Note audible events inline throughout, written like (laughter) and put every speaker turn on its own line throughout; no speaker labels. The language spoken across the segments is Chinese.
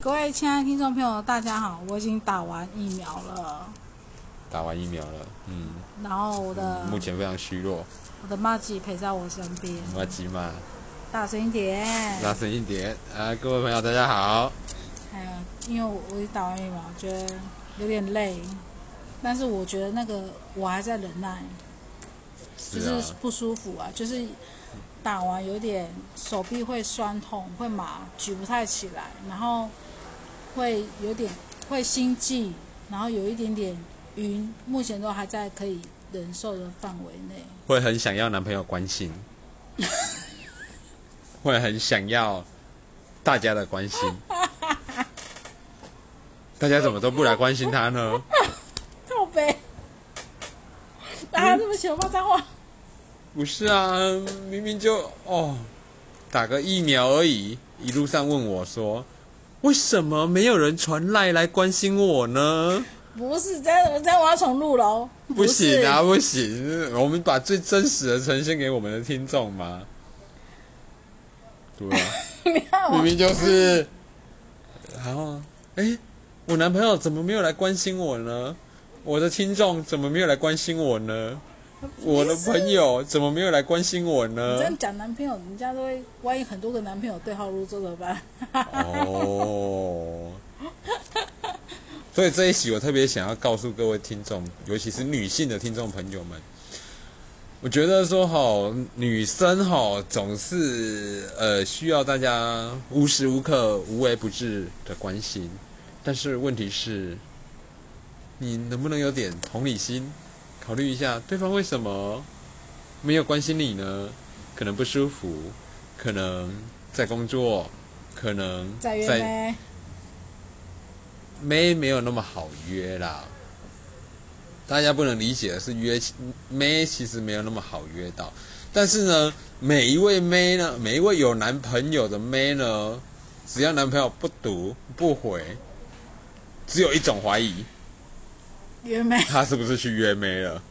各位亲爱的听众朋友，大家好，我已经打完疫苗了，
打完疫苗了，嗯，
然后我的
目前非常虚弱，
我的妈吉陪在我身边，
马吉嘛，
大声一点。
拉伸一点啊，各位朋友大家好，
还有，哎因为我我打完疫苗，觉得有点累，但是我觉得那个我还在忍耐，就是
啊，
是不舒服啊，就是打完有点手臂会酸痛，会麻，举不太起来，然后会有点会心悸，然后有一点点晕，目前都还在可以忍受的范围内。
会很想要男朋友关心，会很想要大家的关心，大家怎么都不来关心他呢？
靠背，
嗯
大家这么喜欢骂脏话，
不是啊，明明就哦，打个疫苗而已，一路上问我说，为什么没有人传赖来关心我呢？
不是这样，这样我要重录了哦。
(laughs) 不
是
行啊，不行！我们把最真实的呈现给我们的听众嘛。
(laughs)
对啊，
你看
明
我，
明就是，然后，哎、我男朋友怎么没有来关心我呢？我的听众怎么没有来关心我呢？我的呃朋友怎么没有来关心我
你
呢
这？样讲男朋友，人家都会，万一很多个男朋友对号入座怎么办？
哦，所以这一期我特别想要告诉各位听众，尤其是女性的听众朋友们，我觉得说吼，女生吼总是呃需要大家无时无刻无微不至的关心，但是问题是，你能不能有点同理心，考虑一下对方为什么没有关心你呢？可能不舒服，可能在工作，可能
再约呗，
妹没有那么好约啦。大家不能理解的是约其妹其实没有那么好约到，但是呢，每一位妹呢，每一位有男朋友的妹呢，只要男朋友不读不回，只有一种怀疑，
约没？
他是不是去约妹了？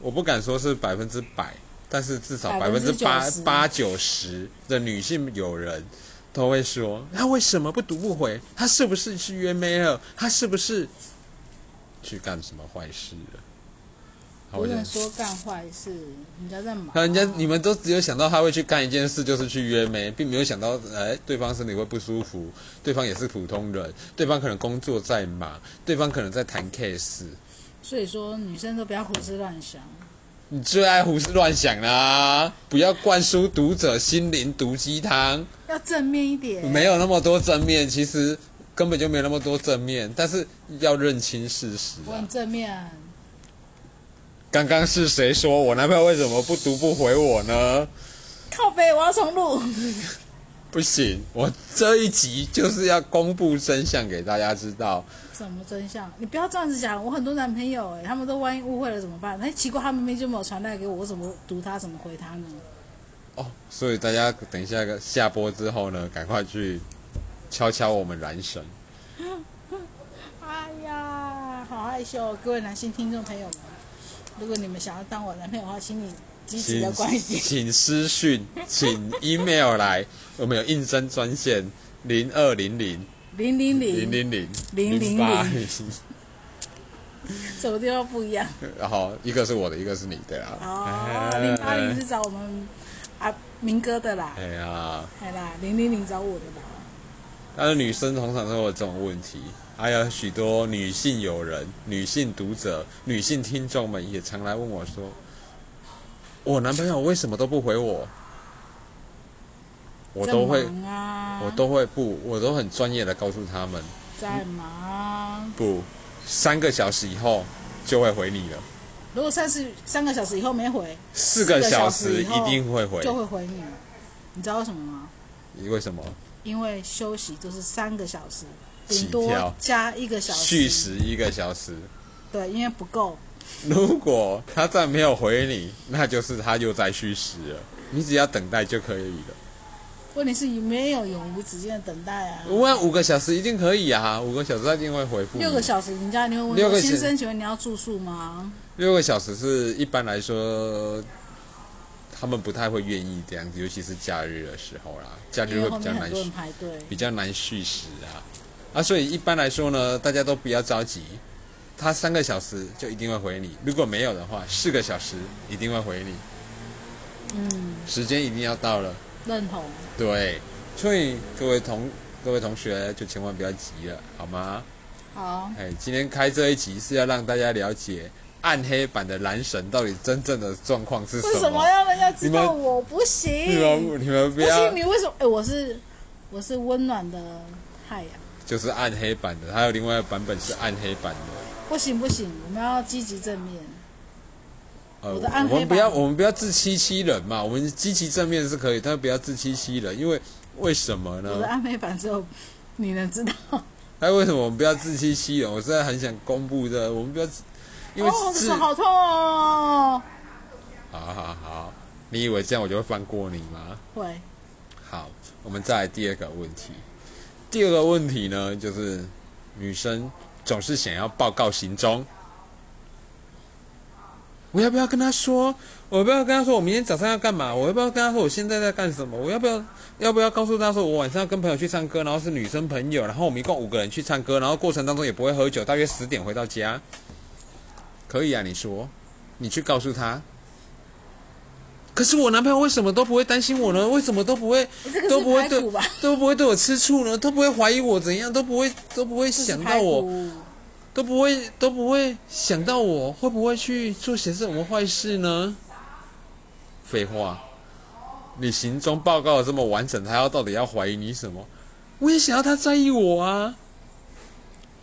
我不敢说是百分之百，但是至少百分之八
90%
八九十的女性友人都会说：“他为什么不读不回？他是不是去约妹了？他是不是去干什么坏事了？” (laughs) 好，嗯
不
我想
能，说干坏事，人家在忙。
那人家你们都只有想到他会去干一件事，就是去约妹，并没有想到，哎，对方身体会不舒服，对方也是普通人，对方可能工作在忙，对方可能在谈 case，
所以说女生都不要胡思乱想。
你最爱胡思乱想啦、啊不要灌输读者心灵毒鸡汤，
要正面一点，
没有那么多正面，其实根本就没有那么多正面，但是要认清事实
我
啊
很。正面，
刚刚是谁说我男朋友为什么不读不回我呢？
靠背，我要重录。 (laughs)
不行，我这一集就是要公布真相给大家知道。
什么真相？你不要这样子讲，我很多男朋友哎、他们都万一误会了怎么办？哎，奇怪，他们明明就没有传代给我，我怎么读他，怎么回他呢？
哦，所以大家等一下下播之后呢，赶快去敲敲我们男神。
哎呀，好害羞、哦，各位男性听众朋友们，如果你们想要当我男朋友的话，请你积极的关
请
心。
请
(laughs)
私讯，请 email 来，我们有应征专线零二零零
零零
零
零，
零零
000
八，
什么地方不一样？
然后一个是我的，一个是你的啊哎啦。
哦，零八零是找我们啊明哥的啦，
哎呀，
哎啦，零零零找我的啦。
但是女生通常都有这种问题，还有许多女性友人、女性读者、女性听众们也常来问我说，我男朋友为什么都不回我？我都会
在，忙啊，
我都会不，我都很专业的告诉他们，
在忙。
不，三个小时以后就会回你了，
如果三十三个小时以后没回，
四个小时
以后
一定会回。
就会回你。你知道为什么吗？
为什么？
因为休息就是三个小时，
起
顶
跳
多加一个小时。
续时一个小时。
对，因为不够。
如果他再没有回你，那就是他又在续时了。你只要等待就可以了。
问题是你没有永无止境的等待啊。
五万五个小时一定可以啊，五个小时他一定会回复你。
六个小时，人家你会问
六
说：“
个小时
先生，请问你要住宿吗
六个小时是一般来说他们不太会愿意这样子，尤其是假日的时候啦，假
因
日
为哎
会
后
比较
面
难
很多
续
人，排队。
比较难续时啊。啊，所以一般来说呢，大家都不要着急，他三个小时就一定会回你，如果没有的话，四个小时一定会回你，
嗯，
时间一定要到了。
认同。
对，所以各位同各位同学就千万不要急了，好吗？
好，
哎，今天开这一集是要让大家了解暗黑版的蓝神到底真正的状况是
为
什
什么要人家知
你
道
们
我不
你
行？
们你们不
不
要
行，，你为什么？哎、我是我是温暖的太阳。
就是暗黑版的，还有另外一个版本是暗黑版的。
不行不行，我们要积极正面。
呃，
我的暗黑版
们不要我们不要自欺欺人嘛，我们积极正面是可以，但不要自欺欺人，因为为什么
我的
呢？
暗黑版只有你能知道。
哎，为什么我们不要自欺欺人？我现在很想公布的，我们不要自，因为
哦，我的
自
手好痛哦。
好好好，你以为这样我就会放过你吗？
会，
好，我们再来第二个问题。第二个问题呢，就是女生总是想要报告行踪。我要不要跟她说？我要不要跟她说我明天早上要干嘛？我要不要跟她说我现在在干什么？我要不要要不要告诉她说我晚上要跟朋友去唱歌，然后是女生朋友，然后我们一共五个人去唱歌，然后过程当中也不会喝酒，大约十点回到家。可以啊，你说，你去告诉她。可是我男朋友为什么都不会担心我呢？为什么都不会
这个
都不
是
会
排
对
骨吧？
都不会对我吃醋呢，都不会怀疑我怎样，都不会都不会想到
这
我，
是排骨
都不会都不会想到我会不会去做些什么坏事呢？废话，你行踪报告得这么完整，他要到底要怀疑你什么？我也想要他在意我啊，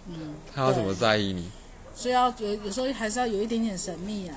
嗯，
他要怎么在意你？
所以要有有时候还是要有一点点神秘啊。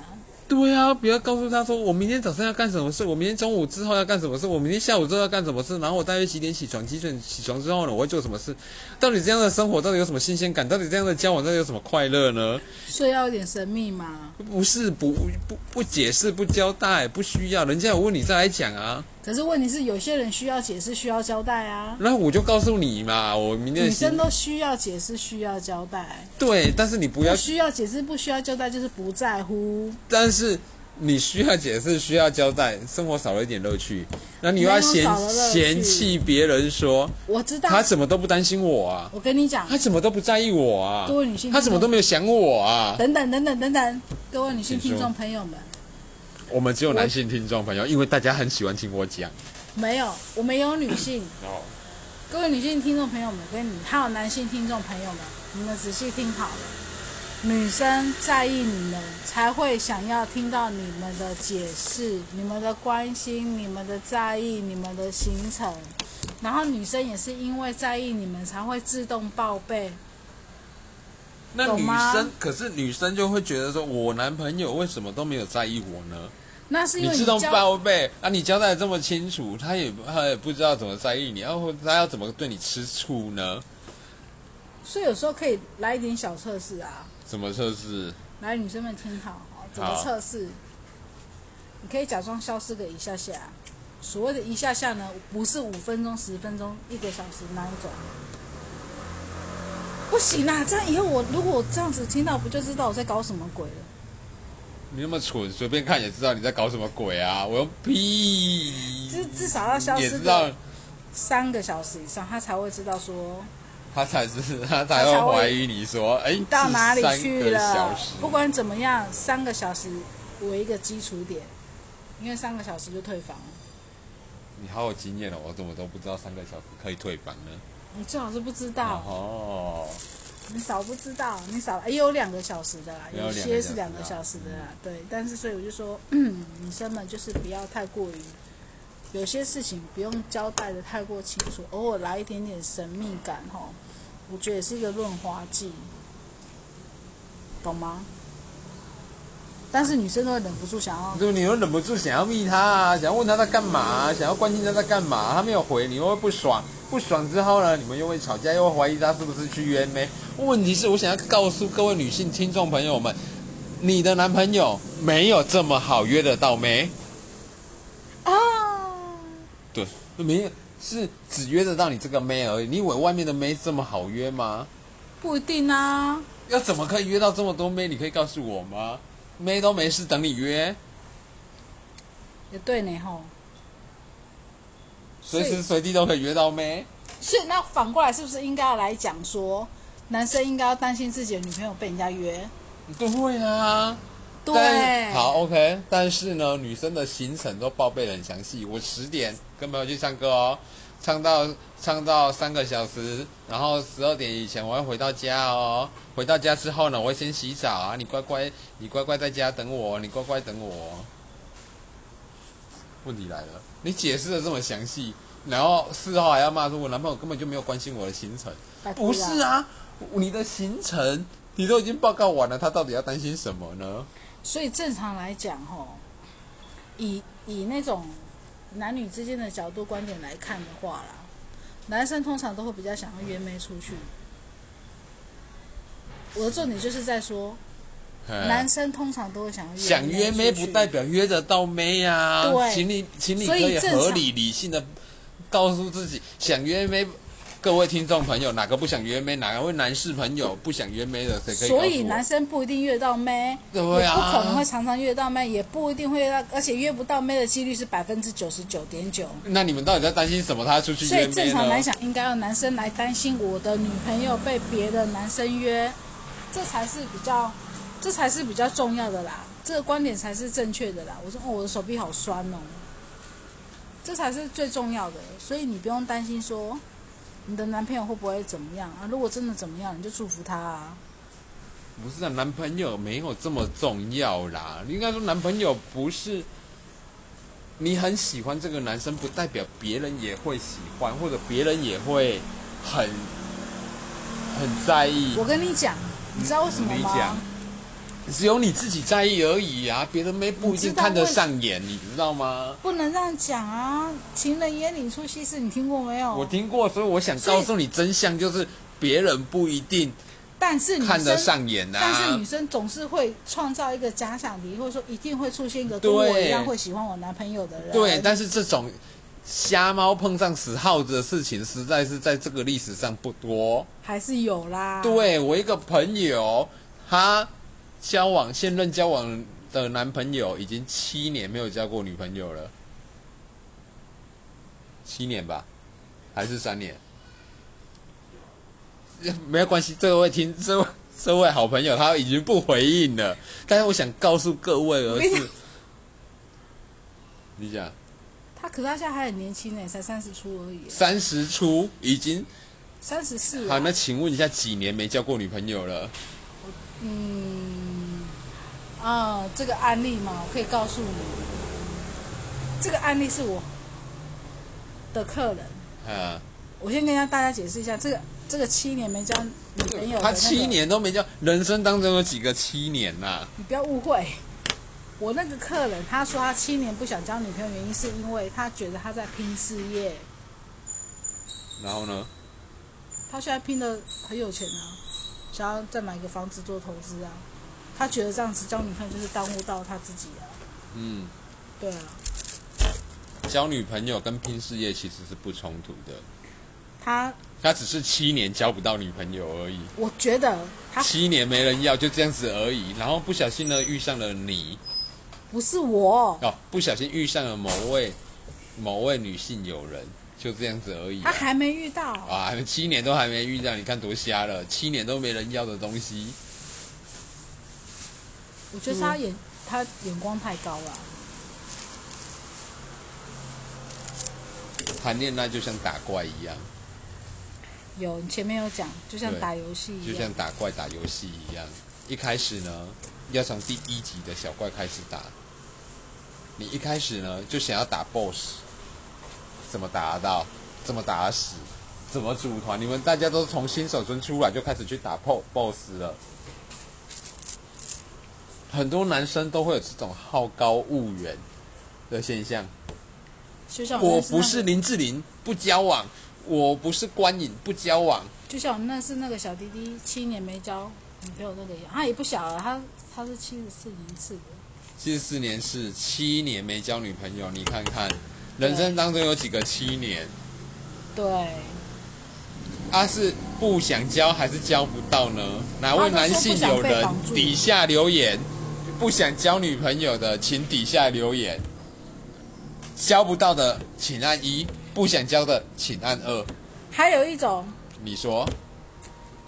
对啊，不要告诉他说我明天早上要干什么事，我明天中午之后要干什么事，我明天下午之后要干什么事，然后我大约几点起床，几点起床之后呢，我会做什么事？到底这样的生活到底有什么新鲜感？到底这样的交往到底有什么快乐呢？
所以要有点神秘嘛。
不是不不不解释不交代不需要，人家有问你再来讲啊，
可是问题是，有些人需要解释，需要交代啊。
那我就告诉你嘛，我明天
女
的行
生都需要解释，需要交代，
对，但是你不要
不，需要解释，不需要交代，就是不在乎。
但是你需要解释需要交代，生活少了一点乐趣，那你又要
没有
嫌
少了乐趣
嫌弃别人说
我知道，
他怎么都不担心我啊。
我跟你讲，
他怎么都不在意我啊？
各位女性
他怎么都没有想我啊？
等等等等等等，各位女性
请说
听众朋友们，
我们只有男性听众朋友，因为大家很喜欢听我讲。
没有，我们也有女性，
哦，
各位女性听众朋友们，跟你还有男性听众朋友们，你们仔细听好了，女生在意你们，才会想要听到你们的解释、你们的关心、你们的在意、你们的行程，然后女生也是因为在意你们，才会自动报备。
那
懂
女
吗
生可是女生就会觉得说，我男朋友为什么都没有在意我呢？
那是因
你
为
自
你
动
交
报备啊，你交代的这么清楚，他也他也不知道怎么在意你，然后他要怎么对你吃醋呢？
所以有时候可以来一点小测试啊，
怎么测试？
来女生们听好，哦怎么
好
测试？你可以假装消失个一下下，所谓的一下下呢，不是五分钟、十分钟、一个小时那一种。不行啦，这样以后我如果我这样子听到，不就知道我在搞什么鬼了？
你那么蠢，随便看也知道你在搞什么鬼啊！我用屁，
至至少要消
也
失
知道
个三个小时以上，他才会知道说
他才是他才会怀疑你说，哎，
你到哪里
是三
去
个
了
小时。
不管怎么样，三个小时为一个基础点，因为三个小时就退房了。
你好有经验哦，我怎么都不知道三个小时可以退房呢？
你最好是不知道。
哦，
你少不知道，你少也有两个小时的啦，
也有两个
些是
小时的啊
两个小时的啦，对。但是所以我就说， (clears throat) 女生们就是不要太过于，有些事情不用交代的太过清楚，偶尔来一点点神秘感吼，我觉得也是一个润滑剂，懂吗？但是女生都会忍不住想要，
对，你又忍不住想要密他啊，想要问他在干嘛、想要关心他在干嘛、他没有回，你又会不爽，不爽之后呢，你们又会吵架，又会怀疑他是不是去约妹。问题是我想要告诉各位女性听众朋友们，你的男朋友没有这么好约得到妹。
啊，
对，没有是只约得到你这个妹而已。你以为外面的妹这么好约吗？
不一定啊，
要怎么可以约到这么多妹？你可以告诉我吗？妹都没事等你约，
也对呢吼。
随时随地都可以约到妹。
是那反过来是不是应该要来讲说，男生应该要担心自己的女朋友被人家约？
对会啊。
对，
但好 OK，但是呢，女生的行程都报备的很详细。我十点跟朋友去唱歌哦，唱到唱到三个小时，然后十二点以前我会回到家哦。回到家之后呢，我会先洗澡啊，你乖乖，你乖乖在家等我，你乖乖等我。问题来了，你解释的这么详细，然后事后还要骂说我男朋友根本就没有关心我的行程。
拜托啦
不是啊，你的行程你都已经报告完了，他到底要担心什么呢？
所以正常来讲，吼，以以那种男女之间的角度观点来看的话啦，男生通常都会比较想要约妹出去。我的重点就是在说，
哎
男生通常都会想要约
想约妹
妹出
不
去
代表约得到妹啊，
对
请你请你
所
可
以
以
正常
合理理性的告诉自己，想约妹。各位听众朋友，哪个不想约妹？哪位男士朋友不想约妹的？谁可以告诉我？
所以男生不一定约到妹，
对
也
啊
不可能会常常约到妹，也不一定会让，而且约不到妹的几率是百分之九十九点九。
那你们到底在担心什么？他出去
所
约
以
妹
正
呢
常？来讲，应该要男生来担心我的女朋友被别的男生约，这才是比较，这才是比较重要的啦，这个观点才是正确的啦。我说哦，我的手臂好酸哦，这才是最重要的，所以你不用担心说你的男朋友会不会怎么样啊？如果真的怎么样，你就祝福他啊。
不是啊，男朋友没有这么重要啦。应该说，男朋友不是你很喜欢这个男生，不代表别人也会喜欢，或者别人也会很很在意。
我跟你讲，你知道为什么
你
吗
讲？只有你自己在意而已啊，别人没不一定看得上眼，你知道吗？
不能这样讲啊！情人眼里出西施，你听过没有？
我听过，所以我想告诉你真相，就是别人不一定
但是女
看
生
得上眼呐、
但是
啊
女。生总是会创造一个假想敌，或者说一定会出现一个跟我一样
对
会喜欢我男朋友的人。
对，但是这种瞎猫碰上死耗子的事情，实在是在这个历史上不多。
还是有啦。，
对我一个朋友，她交往现任交往的男朋友已经七年没有交过女朋友了，七年吧，还是三年？没有关系，这位听这位这位好朋友他已经不回应了，但是我想告诉各位而
我跟你
是
讲，
你讲
他可是他现在还很年轻呢，才三十出而已，
三十出已经
三十四。
好，那请问一下几年没交过女朋友了？
嗯，啊、这个案例嘛，我可以告诉你，这个案例是我的客人。
啊。
我先跟大家解释一下，这个这个七年没交女朋友的、那个，
他七，年都没交，人生当中有几个七年呐、
你不要误会。我那个客人他说他七年不想交女朋友，原因是因为他觉得他在拼事业，
然后呢？
他现在拼的很有钱啊，想要再买个房子做投资啊。他觉得这样子交女朋友就是耽误到他自己啊。
嗯，
对啊，
交女朋友跟拼事业其实是不冲突的，
他
他只是七年交不到女朋友而已，
我觉得他
七年没人要，就这样子而已。然后不小心呢遇上了你
不是我，
哦，不小心遇上了某位某位女性友人，就这样子而已
他。还没遇到。
啊，还没七年都还没遇到，你看多瞎了！七年都没人要的东西，
我觉得他
嗯
眼他眼光太高了。
谈恋爱就像打怪一样，
有你前面有讲，就像
对
打游戏
就
一样
像，打怪打游戏一样，一开始呢，要从第一集的小怪开始打。你一开始呢，就想要打 BOSS，怎么打得到？怎么打得死？怎么组团？你们大家都从新手村出来就开始去打 PO BOSS 了。很多男生都会有这种好高骛远的现象。
就像
哦我
认识那
不
个
是啊林志玲，不交往；我不是关颖，不交往。
就像我们认识那个小弟弟，七年没交女朋友那个一样，他也不小了，他他是七十四年次的，
七十四年是七年没交女朋友，你看看，人生当中有几个七年？
对，
啊，是不想交还是交不到呢？哪位男性友
他都说不想被
人
绑住
底下留言，不想交女朋友的，请底下留言。交不到的请按一，不想交的请按二。
还有一种
你说，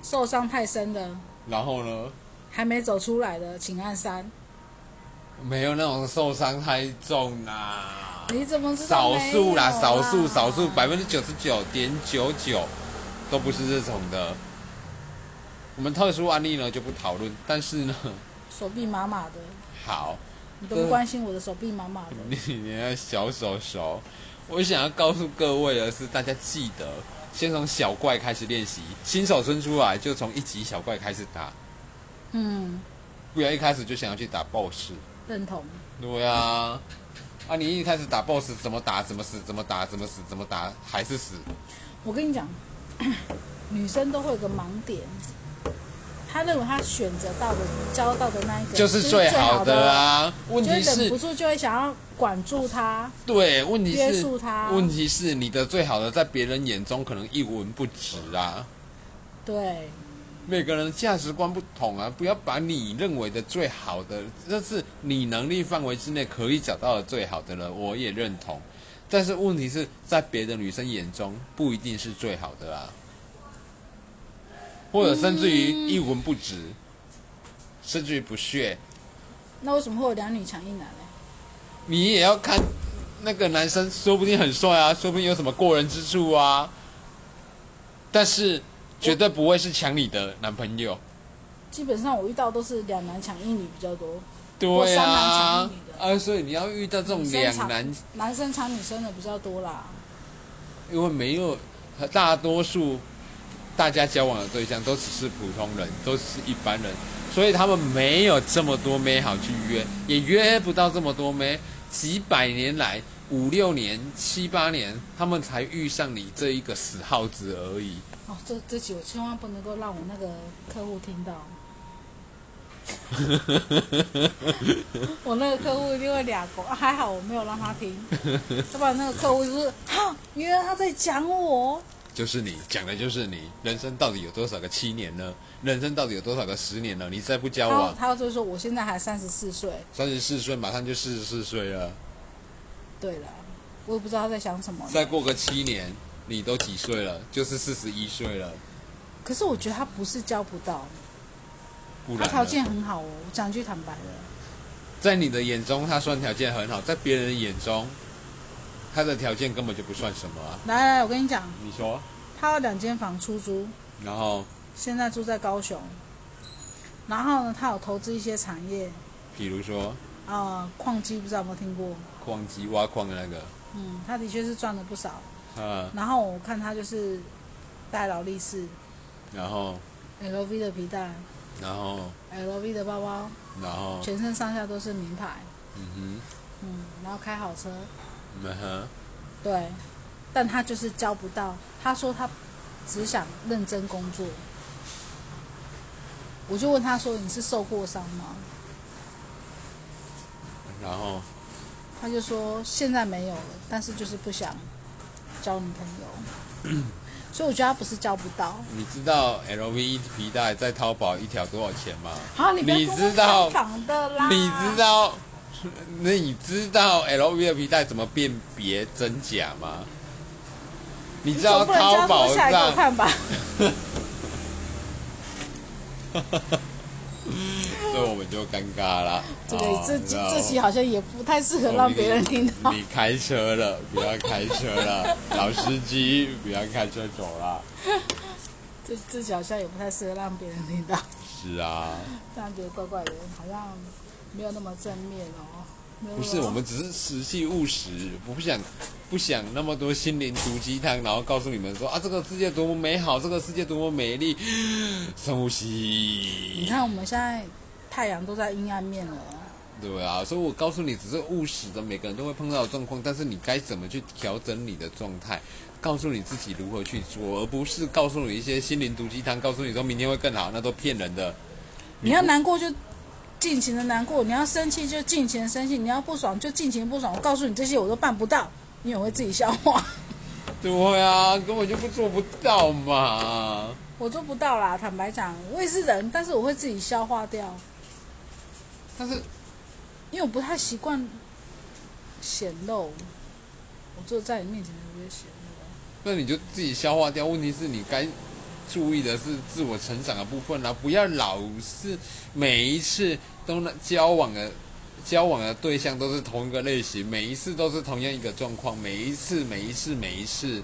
受伤太深的，
然后呢？
还没走出来的，请按三。
没有那种受伤太重啊啦，
你怎么知道
少
没有？啊
数啦，少数少数
百
百分之九十九点九九都不是这种的。我们特殊案例呢就不讨论，但是呢， (laughs)
手臂麻麻的，
好， (laughs)
你都不关心我的手臂麻麻的。
你你的小手手，我想要告诉各位的是，大家记得先从小怪开始练习，新手村出来就从一级小怪开始打，
嗯，
不要一开始就想要去打 BOSS。
认同。
对啊，啊，你一开始打 BOSS 怎么打怎么死，怎么打怎么死怎么打还是死，
我跟你讲， (coughs) 女生都会有个盲点，她认为她选择到的、交到的那一个
就是最好的，啊。问
就
题
是忍
是
不，住就会想要管住她，
对，问题
约
是
束，她。
问题是你的最好的在别人眼中可能一文不值啊。
对，
每个人价值观不同啊，不要把你认为的最好的，这是你能力范围之内可以找到的最好的了，我也认同。但是问题是在别的女生眼中不一定是最好的啊，或者甚至
嗯
于一文不值，甚至于不屑，
那为什么会有两女抢一男呢？
你也要看那个男生，说不定很帅啊，说不定有什么过人之处啊，但是绝对不会是抢你的男朋友。
基本上我遇到都是两男抢一女比较多，或
对
三男
啊
抢一女，的
啊，所以你要遇到这种两难，
男生抢女生的比较多啦。
因为没有大多数大家交往的对象都只是普通人，都是一般人，所以他们没有这么多妹好去约，也约不到这么多妹。几百年来，五六年、七八年，他们才遇上你这一个死耗子而已。
哦，这这集我千万不能够让我那个客户听
(laughs)
到，我那个客户一定会俩狗、啊还好我没有让他听，要不然那个客户就是哈，原来他在讲我。
就是你讲的，就是你人生到底有多少个七年呢？人生到底有多少个十年呢？你再不交
他
往，
他就说我现在还三十四岁，
三十四岁马上就四十四岁了。
对了，我也不知道他在想什么。
再过个七年，你都几岁了？就是四十一岁了，
可是我觉得他不是交不到，
不
他
然
条
呢
件很好哦，我讲句坦白的，
在你的眼中，他算条件很好，在别人的眼中，他的条件根本就不算什么啊。
来来，我跟你讲，
你说，
他有两间房出租，
然后
现在住在高雄。然后呢，他有投资一些产业，
比如说
啊、矿机不知道有没有听过？
矿机挖矿的那个，
嗯，他的确是赚了不少。
啊，
然后我看他就是戴劳力士、
然后，
LV 的皮带、
然后，
LV 的包包，
然后，
全身上下都是名牌，
嗯
嗯，然后开好车，
哼，嗯哼，
对。但他就是交不到，他说他只想认真工作。我就问他说：“你是受过伤吗
然后，？”
他就说：“现在没有了，但是就是不想交女朋友。” (clears throat) 所以我觉得他不是交不到，
你知道 LV 一皮带在淘宝一条多少钱吗？
好，啊你不要
你
跟我
知
讲
道
仿的啦，
你知道，你知道 LV 的皮带怎么辨别真假吗？你
你
知
总
道
不能叫
淘
他
宝
脱下来给我
上，
看吧？
所以我们就尴尬啦。
这个
哦
这
你知道
这这期好像也不太适合让别人听到
你。你开车了，不要开车
(laughs)
了，老司机不要开车走啦。
这这期好像也不太适合让别人听到，
是啊，
这样觉得怪怪的，好像没有那么正面哦。没有那么
不是，我们只是实际务实，我不想不想那么多心灵毒鸡汤，然后告诉你们说啊，这个世界多么美好，这个世界多么美丽，深呼
你
吸。
看我们现在太阳都在阴暗面了，
对啊，所以我告诉你，只是务实的，每个人都会碰到的状况，但是你该怎么去调整你的状态，告诉你自己如何去做，而不是告诉你一些心灵毒鸡汤，告诉你说明天会更好，那都骗人的。
你要难过就。尽情的难过，你要生气就尽情的生气，你要不爽就尽情不爽。我告诉你，这些我都办不到，你也会自己消化， (laughs)
对啊，根本就不做不到嘛。
我做不到啦。坦白讲，我也是人，但是我会自己消化掉。
但是
因为我不太习惯显露，我坐在你面前的威胁。
那你就自己消化掉。问题是你该注意的是自我成长的部分啦、不要老是每一次都那交往的交往的对象都是同一个类型，每一次都是同样一个状况，每一次每一次每一次。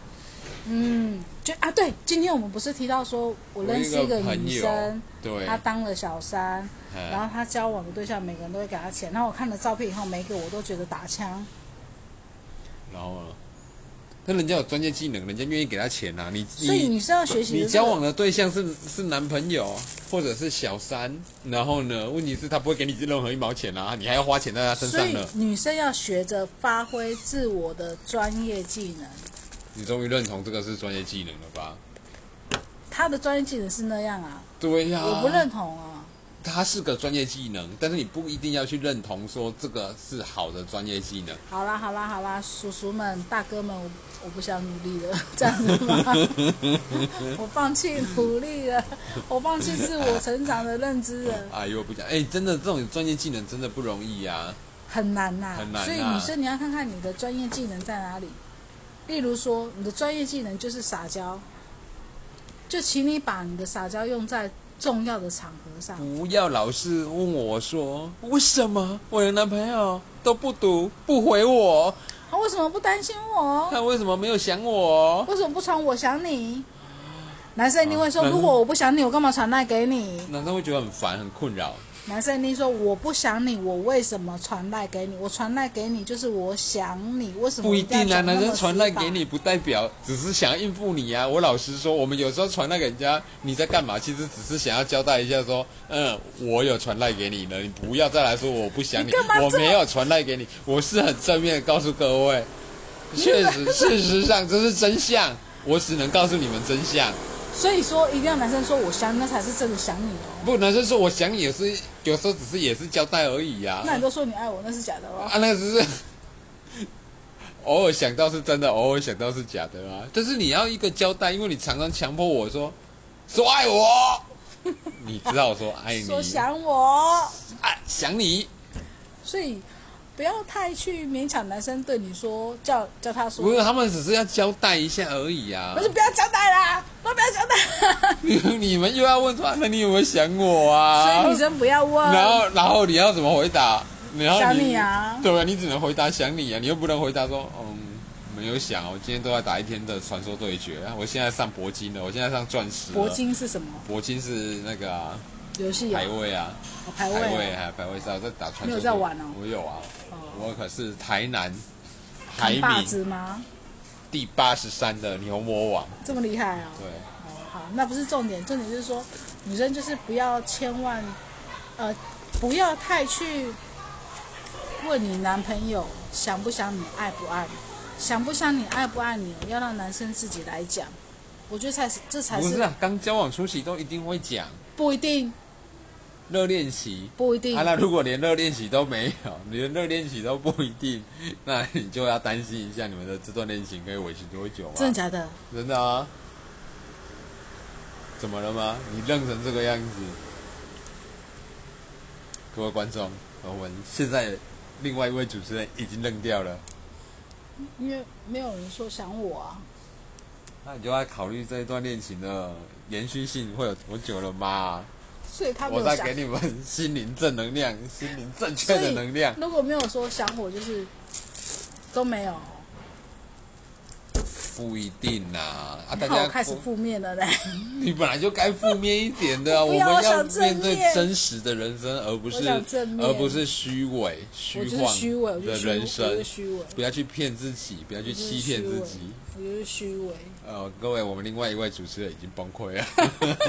嗯，就啊，对，今天我们不是提到说我认识一个
我有一个
女
朋友
生，
对，
她当了小三，
嗯
然后她交往的对象每个人都会给她钱，然后我看了照片以后，每一个我都觉得打枪。
然后呢？那人家有专业技能，人家愿意给他钱啊。你
所以你是要学习的
你
这个
交往的对象是是男朋友或者是小三，然后呢？问题是他不会给你任何一毛钱啊，你还要花钱在他身
所
上
以
呢。
女生要学着发挥自我的专业技能，
你终于认同这个是专业技能了吧？
她的专业技能是那样啊，
对呀、
我不认同啊。
它是个专业技能，但是你不一定要去认同说这个是好的专业技能。
好啦好啦好啦，叔叔们、大哥们，我我不想努力了， (laughs) 这样子吗？
(laughs)
我放弃努力了，我放弃自我成长的认知了。
哎呦，不讲，哎，真的这种专业技能真的不容易呀、啊。
很难呐、
很难啊
所以女生你要看看你的专业技能在哪里。例如说，你的专业技能就是撒娇，就请你把你的撒娇用在重要的场合上。
不要老是问我说为什么我的男朋友都不读不回我，
他、为什么不担心
(laughs)
我？
他为什么没有想我？
为什么不传我想你？男生一定会说，
啊男生
如果我不想你，我干嘛传赖给你？
男生会觉得很烦很困扰。
男生一定说，我不想你，我为什么传赖给你？我传赖给你就是我想你，为什么
不一
定要
定啊，
讲那
男
么
生传赖给
死板
你不代表只是想要应付你啊。我老实说，我们有时候传赖给人家，你在干嘛？其实只是想要交代一下说，嗯，我有传赖给你了，你不要再来说我不想你，
你干嘛这么
我没有传赖给你，我是很正面的告诉各位，确实，事实上这是真相，我只能告诉你们真相。
所以说，一定要男生说我想你，那才是真的想你哦。
不，男生说我想你也是，有时候只是也是交代而已啊呀、
那你都说你爱我，那是假的哦喽。
啊，那只是偶尔想到是真的，偶尔想到是假的啊。但是你要一个交代，因为你常常强迫我说说爱我，你知道我说爱哎你，
说想我，
爱想你。
所以不要太去勉强男生对你说，叫叫他说
不，是，他们只是要交代一下而已啊
我。就不要交代啦，都不要交代。
你你们又要问说，啊那你有没有想我
(laughs)
啊？
所以女生不要问。
然后然后你要怎么回答？然后
想你啊
对啊，你只能回答想你啊，你又不能回答说嗯没有想啊，我今天都在打一天的传说对决，啊我现在上铂金了，我现在上钻石了。
铂金是什么
铂金是那个啊，
游戏啊
排？位啊，
哦排
排
位
位
啊。
啊，排位赛，我在打传说对决。
你有在玩哦
我有啊，
哦
我可是台南排
扛把
名
子吗？
第八十三的牛魔王。
这么厉害啊！
对，
哦，好，那不是重点，重点就是说，女生就是不要千万，呃，不要太去问你男朋友想不想你，爱不爱你，想不想你，爱不爱你，要让男生自己来讲。我觉得才是，这才
不是
是
啊，刚交往初期都一定会讲
不一定，
热恋期。
不一定
啊，。那如果连热恋期都没有，连热恋期都不一定，那你就要担心一下你们的这段恋情可以维持多久啊？
真的假的？
真的啊？怎么了吗？你愣成这个样子，各位观众，我们现在另外一位主持人已经愣掉了，
因为没有人说想我啊。
那你就要考虑这一段恋情的延续性会有多久了吗？
所以他没
我
有
在
想
给。你们心灵正能量，心灵正确的能量。
如果没有说想我，就是都没有。
(laughs) 不一定呐、啊，大
好，
家
我开始
不
负面了嘞。
你本来就该负面一点 (laughs) 的、啊，
我
我
不要
们
我
要
想正面
面对真实的人生，而不
我
是
想正面
而不是虚伪、虚
我就是
幻
虚伪，我就
的
是虚伪，
人
我就
生
是。虚伪。
不要去骗自己，不要去欺骗自己。
我就是虚伪，
呃，各位，我们另外一位主持人已经崩溃了。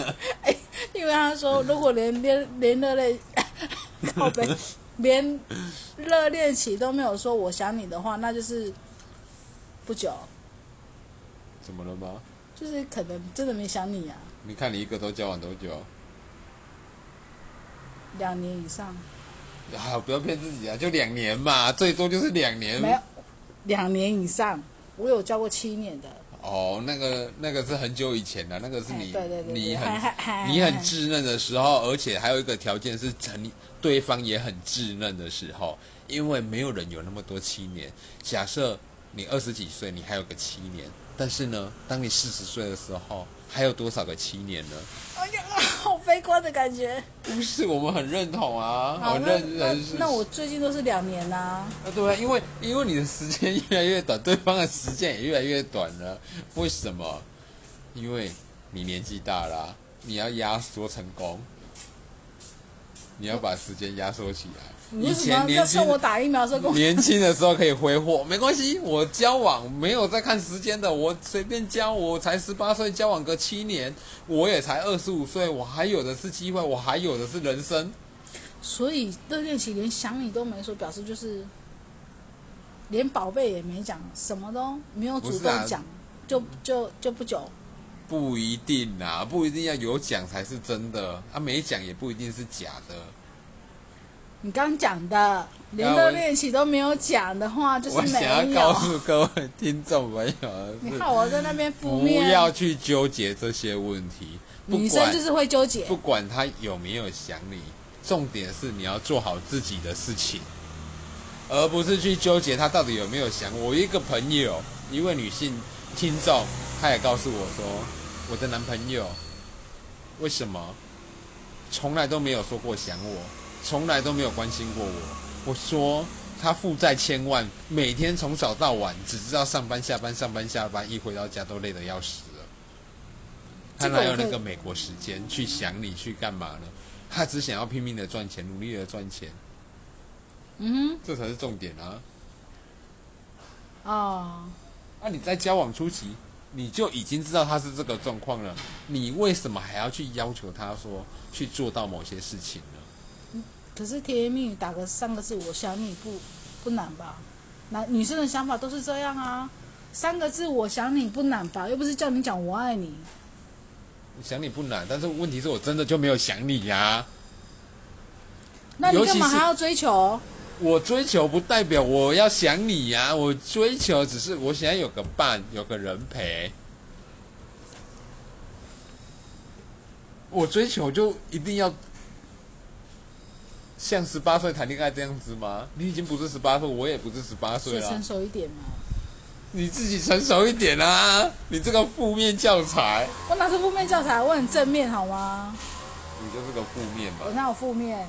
(laughs)
因为他说如果连连连热恋， (laughs) 靠背，连热恋期都没有说我想你的话，那就是不久，
怎么了吗？
就是可能真的没想你啊，
你看你一个都交往多久？
两年以上
啊，不要骗自己啊，就两年嘛，最多就是两年。
没有，两年以上，我有教过七年的，
哦，那个那个是很久以前的，那个是你、
哎对对对对
你
还还还
很你很稚嫩的时候，而且还有一个条件是成对方也很稚嫩的时候，因为没有人有那么多七年。假设你二十几岁，你还有个七年，但是呢，当你四十岁的时候，还有多少个七年呢？ (laughs)
哎呀，好悲观的感觉。
不是，我们很认同啊，
好，
很
那
认
那
人是。
那我最近都是两年呐、
啊，对啊，因为因为你的时间越来越短，对方的时间也越来越短了，为什么？因为你年纪大啦、你要压缩成功，你要把时间压缩起来。
你
以
为什
前
么要
年轻
趁我打疫苗的时候跟我？
年轻的时候可以挥霍，没关系，我交往没有在看时间的，我随便交，我才十八岁，交往个七年，我也才二十五岁，我还有的是机会，我还有的是人生。
所以热恋期连想你都没说，表示就是连宝贝也没讲，什么都没有主
不是啊
动讲，就就就不久。
不一定啊，不一定要有讲才是真的，啊，没讲也不一定是假的。
你刚讲的，连
啊我
热恋期都没有讲的话，就是
我想
没
要告
有。
诉各位听众朋友的
(laughs) 你
是，
看我在那边负
不
面，
要去纠结这些问题，不
女生
管
就是会纠结
不。管他有没有想你，重点是你要做好自己的事情，而不是去纠结他到底有没有想我。我一个朋友，一位女性听众，她也告诉我说，我的男朋友为什么从来都没有说过想我，从来都没有关心过我。我说。他负债千万，每天从早到晚只知道上班下班上班下班，一回到家都累得要死了。他
这个
哪有
我可以
那个美国时间去想你去干嘛呢？他只想要拼命的赚钱，努力的赚钱，
嗯
这才是重点啊！
哼，哦，
啊，你在交往初期你就已经知道他是这个状况了，你为什么还要去要求他说去做到某些事情呢？
可是甜言蜜语打个三个字，我想你不不难吧？男女生的想法都是这样啊，三个字我想你不难吧？又不是叫你讲我爱你。
想你不难，但是问题是我真的就没有想你呀、
那你
尤其
干嘛
是
还要追求？
我追求不代表我要想你呀、我追求只是我想要有个伴，有个人陪。我追求就一定要像十八岁谈恋爱这样子吗？你已经不是十八岁，我也不是啊十八
所
岁
以成
了，
熟一点嘛。
你自己成熟一点啊！你这个负面教材，
我哪是负面教材？我很正面好吗？
你就是个负面吧
我。哪有负面？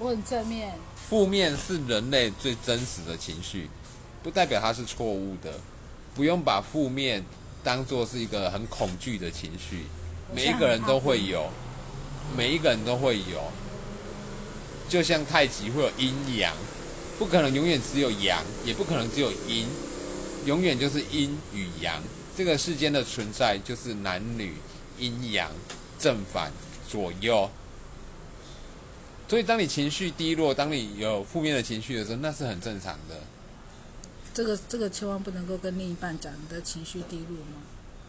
我很正面。
负面是人类最真实的情绪，不代表它是错误的，不用把负面当做是一个很恐惧的情绪，每一个人都会有，每一个人都会有，就像太极会有阴阳，不可能永远只有阳，也不可能只有阴，永远就是阴与阳，这个世间的存在就是男女阴阳正反左右。所以，当你情绪低落，当你有负面的情绪的时候，那是很正常的。
这个这个千万不能够跟另一半讲你的情绪低落吗？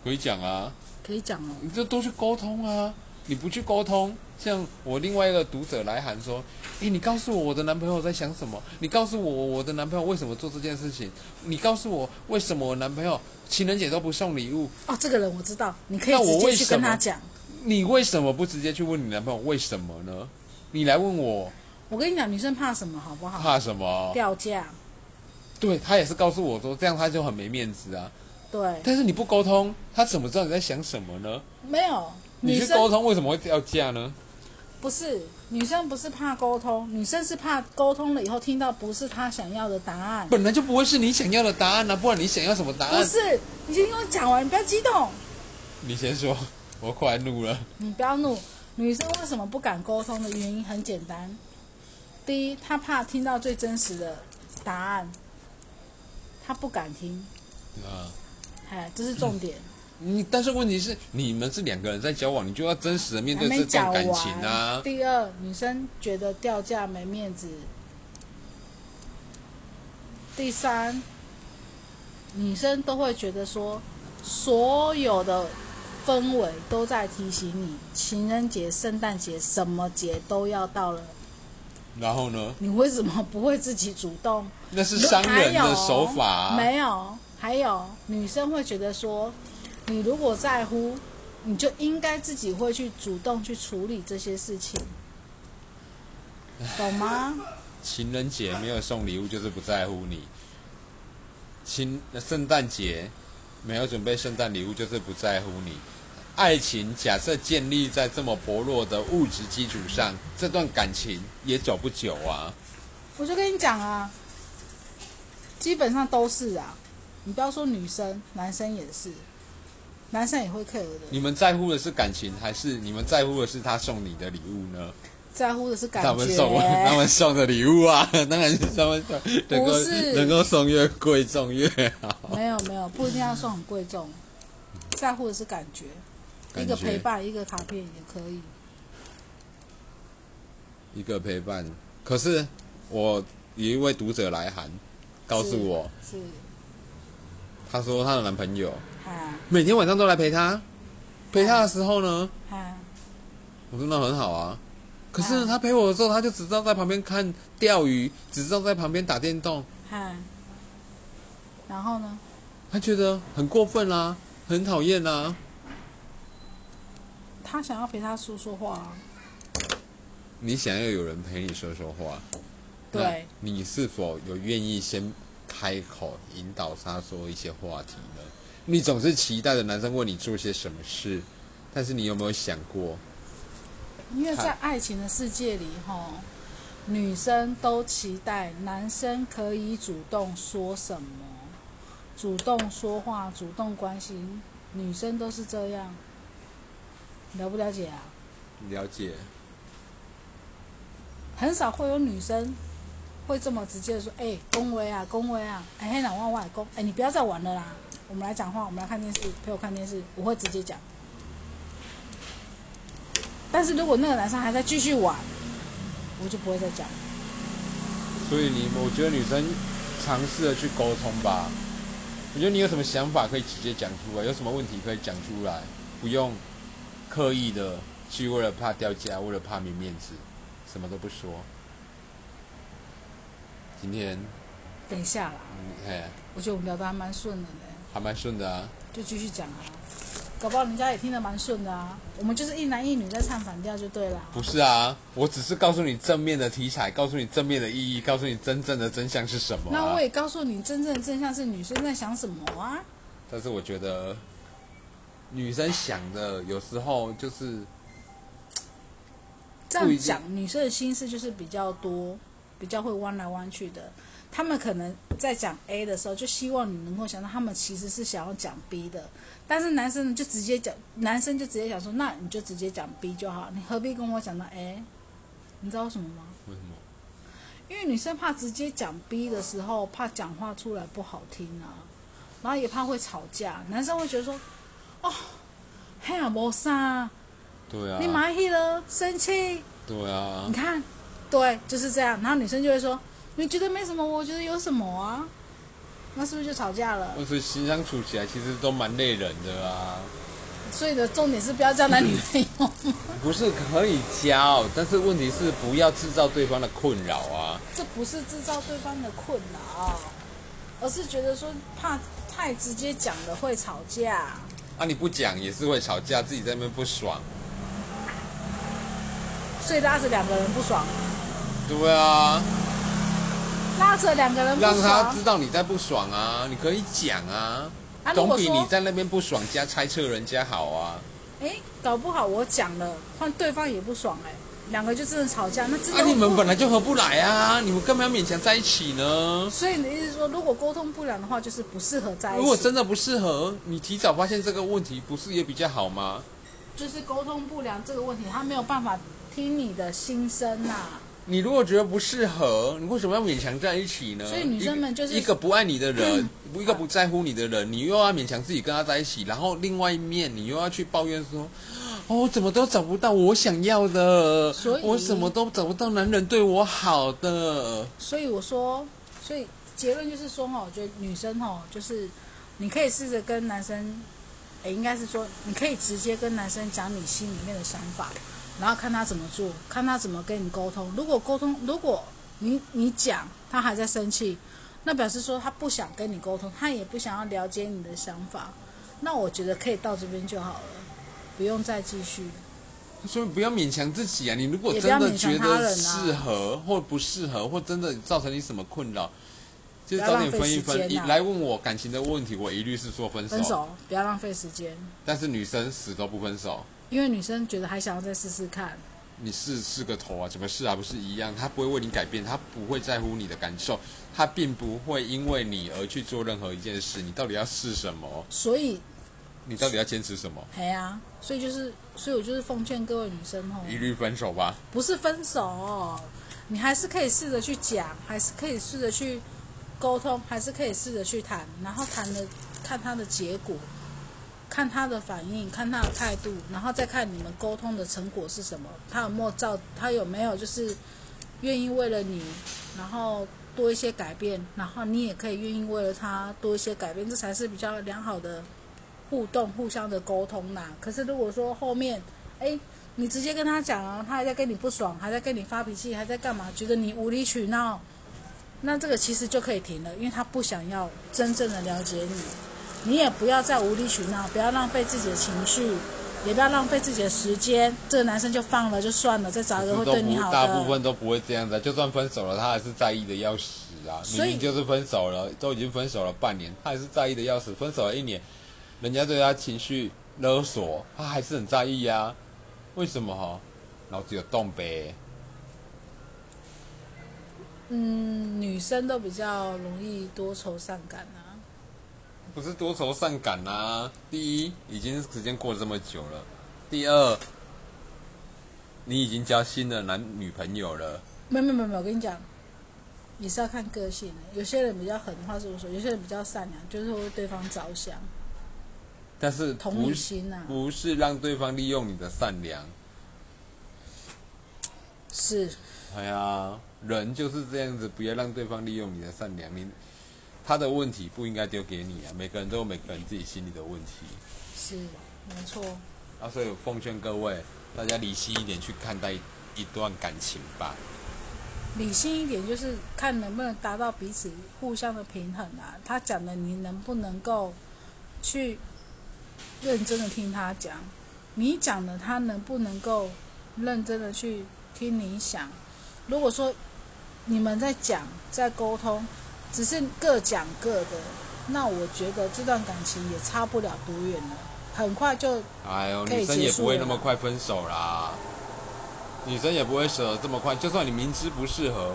可以讲啊，
可以讲哦。
你就多去沟通啊。你不去沟通，像我另外一个读者来函说：“诶，你告诉我我的男朋友在想什么？你告诉我我的男朋友为什么做这件事情？你告诉我为什么我男朋友情人节都不送礼物？
哦，这个人我知道，你可以
那我
直接
为
去
什
跟他
么
讲。
你为什么不直接去问你男朋友为什么呢？你来问我
我跟你讲，女生怕什么好不好？
怕什么？
掉价。
对他也是告诉我说这样他就很没面子啊。
对，
但是你不沟通，他怎么知道你在想什么呢？
没有
你
女
去沟
生
通为什么会掉价呢？
不是女生不是怕沟通，女生是怕沟通了以后听到不是她想要的答案。
本来就不会是你想要的答案啊，不然你想要什么答
不
案？
是，你先听我讲完，你不要激动。
(laughs) 你先说，我快怒了。
你不要怒。女生为什么不敢沟通的原因很简单，第一，她怕听到最真实的答案，她不敢听，
啊，
哎，这是重点。
你但是问题是，你们是两个人在交往，你就要真实的面
还
对这
没
段
讲
感
完。
情啊。
第二，女生觉得掉价没面子。第三，女生都会觉得说，所有的氛围都在提醒你，情人节、圣诞节什么节都要到了。
然后呢，
你为什么不会自己主动？
那是商人的手法、啊。
没有，还有女生会觉得说，你如果在乎，你就应该自己会去主动去处理这些事情，懂吗？
(laughs) 啊情人节没有送礼物就是不在乎你，情圣诞节没有准备圣诞礼物，就是不在乎你。爱情假设建立在这么薄弱的物质基础上，这段感情也走不久啊。
我就跟你讲啊，基本上都是啊，你不要说女生，男生也是，男生也会 care 的，
你们在乎的是感情，还是你们在乎的是他送你的礼物呢？
在乎的是感
他们
觉。
送他们送的礼物啊， (laughs) 当然是他们送，能够
不是
能够送越贵重越好。
没有没有，不一定要送很贵重，在乎的是感觉，
感
一个
觉
陪伴，一个卡片也可以。
一个陪伴。可是我有一位读者来函，告诉我，
是
她说她的男朋友
啊
每天晚上都来陪她，陪她的时候呢，
啊，
我说那很好啊。可是呢
嗯
她陪我的时候，她就只知道在旁边看钓鱼，只知道在旁边打电动，
嗨，然后呢？
她觉得很过分啦、很讨厌啊啦。
他想要陪他说说话、啊，
你想要有人陪你说说话，
对，
那你是否有愿意先开口引导他说一些话题呢？你总是期待着男生为你做些什么事，但是你有没有想过，
因为在
嗨
爱情的世界里，吼，女生都期待男生可以主动说什么，主动说话，主动关心，女生都是这样，了不了解啊？
了解，
很少会有女生会这么直接的说：“哎、恭维啊，恭维啊，哎、嘿，哪万万恭，哎、你不要再玩了啦，我们来讲话，我们来看电视，陪我看电视。”我会直接讲。但是如果那个男生还在继续玩，我就不会再讲。
所以你我觉得女生尝试着去沟通吧。我觉得你有什么想法可以直接讲出来，有什么问题可以讲出来，不用刻意的去为了怕掉价，为了怕没面子，什么都不说。今天，
等一下啦，
嗯嘿，
我觉得我们聊得还蛮顺的呢，
还蛮顺的啊。
就继续讲啊。搞不好人家也听得蛮顺的啊。我们就是一男一女在唱反调就对啦。
不是啊，我只是告诉你正面的题材，告诉你正面的意义，告诉你真正的真相是什么、啊。
那我也告诉你，真正的真相是女生在想什么啊。
但是我觉得，女生想的有时候就是
这
不一
样
定
讲，女生的心思就是比较多，比较会弯来弯去的。他们可能在讲 A 的时候，就希望你能够想到他们其实是想要讲 B 的，但是男生呢就直接讲，男生就直接讲说，那你就直接讲 B 就好，你何必跟我讲到 A？你知道为什么吗？
为什么？
因为女生怕直接讲 B 的时候，怕讲话出来不好听啊，然后也怕会吵架。男生会觉得说，哦，嘿啊，没啥，
对啊，
你买去了，生气。
对啊
你，看，对，就是这样。然后女生就会说：“你觉得没什么，我觉得有什么啊？”那是不是就吵架了？
我是心相处起来其实都蛮累人的啊。
所以的重点是不要交男女朋友。 (laughs)
不是可以教，但是问题是不要制造对方的困扰啊。
这不是制造对方的困扰，而是觉得说怕太直接讲了会吵架。
啊，你不讲也是会吵架，自己在那边不爽。
所以拉着两个人不爽，
对啊，
拉着两个人不
让他
爽
知。道你在不爽啊，你可以讲啊。
啊，如
总
果
比你
说
在那边不爽加猜测人家好啊！
哎，搞不好我讲了，换对方也不爽哎、两个就真的吵架，那真
啊，
的会
你们
不
本来就合不来啊，你们干嘛要勉强在一起呢？
所以你的意思是说，如果沟通不良的话，就是不适合在一起。
如果真的不适合，你提早发现这个问题，不是也比较好吗？
就是沟通不良这个问题，他没有办法听你的心声呐、
你如果觉得不适合，你为什么要勉强在一起呢？
所以女生们就是嗯
一个一个不爱你的人，一个不在乎你的人，你又要勉强自己跟他在一起，然后另外一面你又要去抱怨说，哦，我怎么都找不到我想要的，
所以
我什么都找不到男人对我好的。
所以我说，所以结论就是说哈，我觉得女生哈，就是你可以试着跟男生，诶，应该是说你可以直接跟男生讲你心里面的想法，然后看他怎么做，看他怎么跟你沟通。如果沟通，如果你你讲他还在生气，那表示说他不想跟你沟通，他也不想要了解你的想法，那我觉得可以到这边就好了，不用再继续。
所以不要勉强自己啊！你如果
也不
真
要
的
勉强
觉
他人
得
啊
适合或不适合，或真的造成你什么困扰，就是
不
早
要浪
点
费
分一
时
分。一
间啊
来问我感情的问题，我一律是说分手。
分手不要浪费时间，
但是女生死都不分手，
因为女生觉得还想要再试试看，
你试试个头啊，怎么试啊？不是一样？她不会为你改变，她不会在乎你的感受，她并不会因为你而去做任何一件事。你到底要试什么？
所以
你到底要坚持什么？
嘿啊，所以就是，所以我就是奉劝各位女生吼，
一律分手吧。
不是分手、哦你还是可以试着去讲，还是可以试着去沟通，还是可以试着去谈，然后谈的看他的结果，看他的反应，看他的态度，然后再看你们沟通的成果是什么，他有没有照，他有没有就是愿意为了你，然后多一些改变，然后你也可以愿意为了他多一些改变，这才是比较良好的互动、互相的沟通啦。可是如果说后面，哎，你直接跟他讲啊，他还在跟你不爽，还在跟你发脾气，还在干嘛，觉得你无理取闹，那这个其实就可以停了，因为他不想要真正的了解你，你也不要再无理取闹，不要浪费自己的情绪。也不要浪费自己的时间，这个男生就放了就算了，再找一个会
都
啊对你
不
好的。
大部分都不会这样子、啊，就算分手了，他还是在意的要死啊！明
所以
明就是分手了，都已经分手了半年，他还是在意的要死。分手了一年，人家对他情绪勒索，他还是很在意啊。为什么哈？脑子有洞呗。
嗯，女生都比较容易多愁善感啊。
不是多愁善感啊！第一，已经时间过了这么久了；第二，你已经交新的男女朋友了。
没有没有没有没有，我跟你讲，也是要看个性的。有些人比较狠，话是我说；有些人比较善良，就是会为对方着想，
但是
同
不
理
是
心啊。
不是让对方利用你的善良，
是，
哎呀，人就是这样子，不要让对方利用你的善良。你他的问题不应该丢给你啊，每个人都有每个人自己心里的问题
是，没错。
啊，所以我奉劝各位，大家理性一点去看待一段感情吧。
理性一点，就是看能不能达到彼此互相的平衡啊。他讲的，你能不能够去认真的听他讲？你讲的，他能不能够认真的去听你想？如果说你们在讲、在沟通，只是各讲各的，那我觉得这段感情也差不了多远了，很快就
哎呦，
可以
女生
结
也
束
不会
了
那么
啦
快分手啦，女生也不会舍得这么快。就算你明知不适合，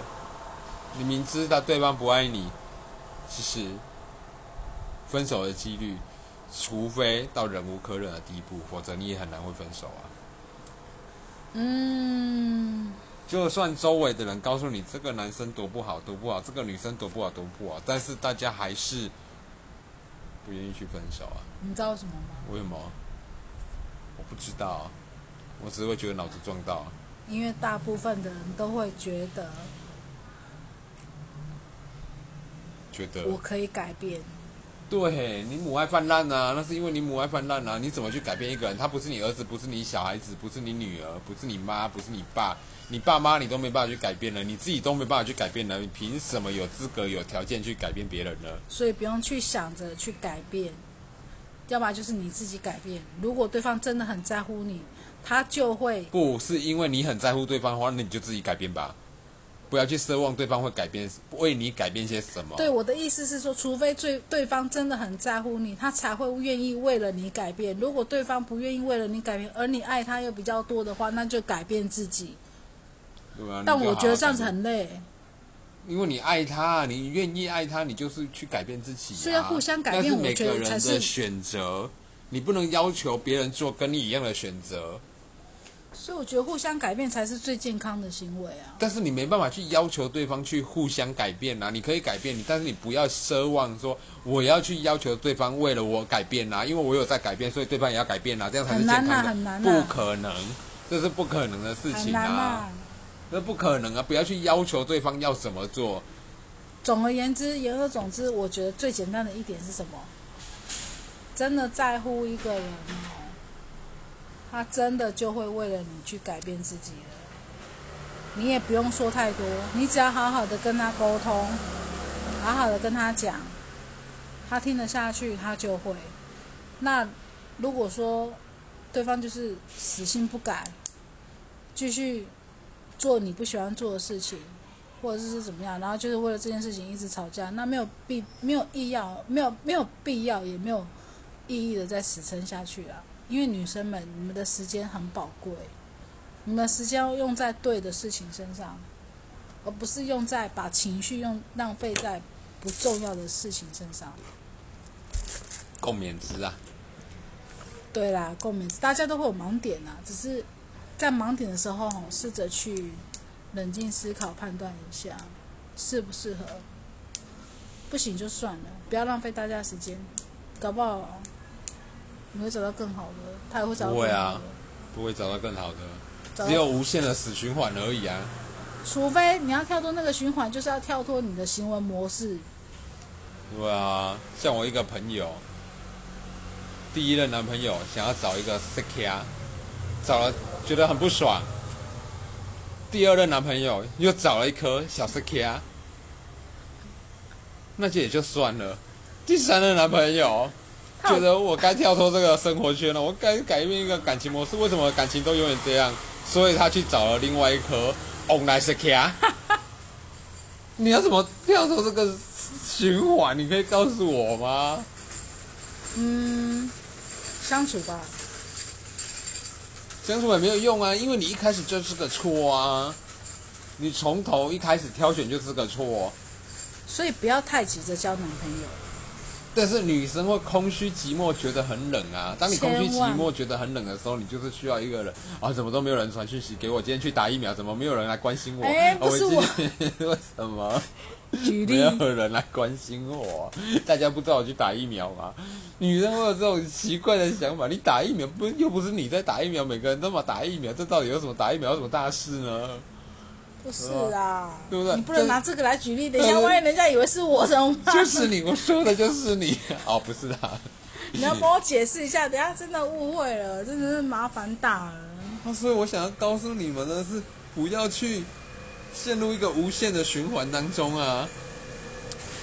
你明知道对方不爱你，其实分手的几率，除非到忍无可忍的地步，否则你也很难会分手啊。
嗯，
就算周围的人告诉你这个男生多不好多不好，这个女生多不好多不好，但是大家还是不愿意去分手啊？
你知道为什么吗？
为什么？我不知道啊，我只是会觉得脑子撞到啊。
因为大部分的人都会觉得
觉得
我可以改变，
对你母爱泛滥啊，那是因为你母爱泛滥啊。你怎么去改变一个人？他不是你儿子，不是你小孩子，不是你女儿，不是你妈，不是你爸，你爸妈你都没办法去改变了，你自己都没办法去改变了，你凭什么有资格有条件去改变别人呢？
所以不用去想着去改变，要么就是你自己改变。如果对方真的很在乎你，他就会
不是因为你很在乎对方的话，那你就自己改变吧，不要去奢望对方会改变，为你改变些什么。
对我的意思是说，除非对对方真的很在乎你，他才会愿意为了你改变。如果对方不愿意为了你改变，而你爱他又比较多的话，那就改变自己。
对啊，
但
你就
我
好
觉得
好
这样子
改变，
很累，
因为你爱他，你愿意爱他，你就是去改变自己、啊。
是要互相改变
那是每
我觉
个
得
人
才
的
是
选择，你不能要求别人做跟你一样的选择，
所以我觉得互相改变才是最健康的行为啊。
但是你没办法去要求对方去互相改变啊。你可以改变你，但是你不要奢望说我要去要求对方为了我改变啊，因为我有在改变，所以对方也要改变啊，这样才是
很难
健康的。
啊很难啊
不可能，这是不可能的事
很
情
难啊。
那不可能啊！不要去要求对方要怎么做，
总而言之，言而总之，我觉得最简单的一点是什么？真的在乎一个人哦，他真的就会为了你去改变自己了。你也不用说太多，你只要好好的跟他沟通，好好的跟他讲，他听得下去，他就会。那如果说对方就是死性不改，继续做你不喜欢做的事情，或者是怎么样，然后就是为了这件事情一直吵架，那没有必没有必要，没有没有必要，也没有意义的再死撑下去啊。因为女生们，你们的时间很宝贵，你们的时间要用在对的事情身上，而不是用在把情绪用浪费在不重要的事情身上。
共勉之啊。
对啦，共勉，大家都会有盲点啊，只是在盲点的时候，吼试着去冷静思考、判断一下适不适合，不行就算了，不要浪费大家时间，搞不好你会找到更好的，他也会找到
不会
更
啊
好的。
不会找到更好的，
找到
只有无限的死循环而已啊。
除非你要跳脱那个循环，就是要跳脱你的行为模式。
对啊，像我一个朋友，第一任男朋友想要找一个 s e k a 找了觉得很不爽。第二任男朋友又找了一颗小 s e k a 那就也就算了。第三任男朋友
他
觉
有
得我该跳脱这个生活圈了，我该改变一个感情模式，为什么感情都永远这样？所以他去找了另外一颗 online s e k a 你要怎么跳脱这个循环？你可以告诉我吗？
嗯相处吧，
相处也没有用啊，因为你一开始就是个错啊，你从头一开始挑选就是个错。
所以不要太急着交男朋
(laughs)
友。
但是女生会空虚寂寞，觉得很冷啊。当你空虚寂寞觉得很冷的时候，你就是需要一个人啊，怎么都没有人传讯息给我，今天去打疫苗，怎么没有人来关心我？
哎
啊
不是我
今天 (laughs) 为什么？
举
没
例，
有人来关心我，大家不知道我去打疫苗吗？女生会有这种奇怪的想法，你打疫苗不又不是你在打疫苗，每个人都嘛打疫苗，这到底有什么打疫苗有什么大事呢？
不是啦，
对不对
你不能拿这个来举例，等一下
对
万一人家以为是我怎么办？
就是你，我说的就是你哦，不是啦，
(laughs) 你要帮我解释一下，等一下真的误会了，真的是麻烦大了。
啊所以我想要告诉你们的是，不要去陷入一个无限的循环当中啊。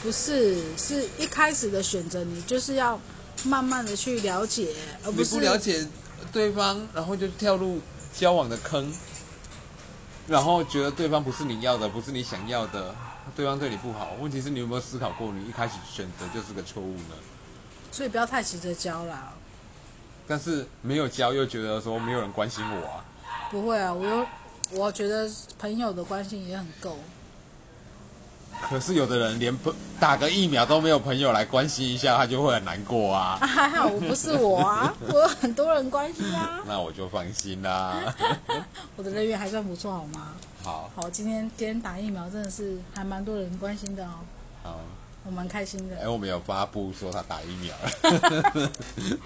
不是，是一开始的选择，你就是要慢慢的去了解，而
你
是
不了解对方，然后就跳入交往的坑，然后觉得对方不是你要的，不是你想要的，对方对你不好。问题是你有没有思考过，你一开始选择就是个错误呢？
所以不要太急着交啦。
但是没有交又觉得说没有人关心我啊，
不会啊，我有，我觉得朋友的关心也很够。
可是有的人连朋打个疫苗都没有朋友来关心一下，他就会很难过啊。
啊，还好我不是我啊，我有很多人关心啊，
那我就放心啦。 (laughs)
我的人缘还算不错，好吗？
好
好，今天今天打疫苗真的是还蛮多人关心的哦，
好，
我蛮开心
哎、
的。
我们有发布说他打疫苗 (laughs) 了，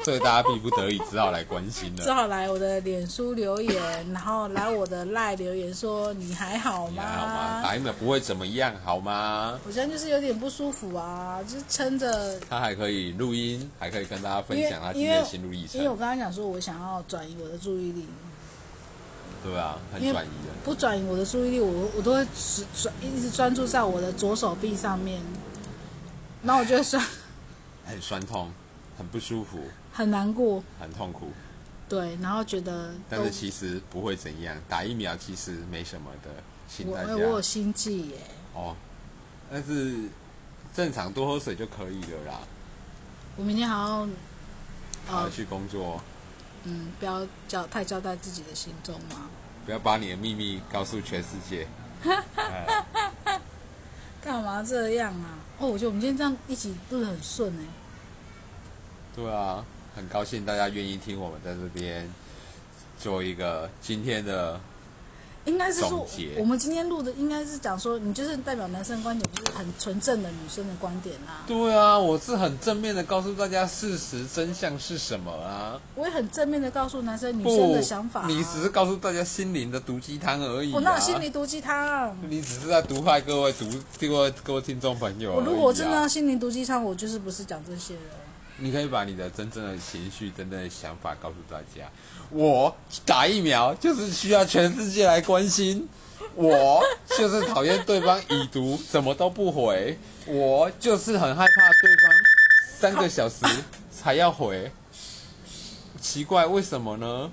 所以大家逼不得已只好来关心了
只。好来我的脸书留言，然后来我的赖留言说你还好
你
吗？
还好吗？打疫苗不会怎么样，好吗？
我现在就是有点不舒服啊，就是撑着，
他还可以录音，还可以跟大家分
因为
享他今
因
天
为
的心路历
因为我
程，
刚刚讲说我想要转移我的注意力，
对啊，很
因为
转移的。
不转移我的注意力，我我都会只专一直专注在我的左手臂上面，然后我就会酸，
很哎酸痛，很不舒服，
很难过，
很痛苦，
对，然后觉得都
但是其实不会怎样，打疫苗其实没什么的，请
我
大
哎
家
我有心悸耶，
哦，但是正常多喝水就可以了啦，
我明天还要
好
呃
去工作，
嗯，不要交太交代自己的行踪嘛，
不要把你的秘密告诉全世界。
干嘛这样啊？哦，我觉得我们今天这样一起录的很顺哎，
对啊，很高兴大家愿意听我们在这边做一个今天的
应该是
总
说
结
我们今天录的应该是讲说你就是代表男生的观点，就是很纯正的女生的观点啦、
对啊，我是很正面的告诉大家事实真相是什么啊。
我也很正面的告诉男生女生
不，
的想法啊、
你只是告诉大家心灵的毒鸡汤而已、啊。哦
我哪有心灵毒鸡汤？
你只是在毒害各位毒各位各位听众朋友、
我如果真
哎
的要，心灵毒鸡汤，我就是不是讲这些了。
你可以把你的真正的情绪、真正的想法告诉大家。我打疫苗就是需要全世界来关心。我 (laughs) 就是讨厌对方已读，怎么都不回。我就是很害怕对方三个小时才要回，奇怪为什么呢？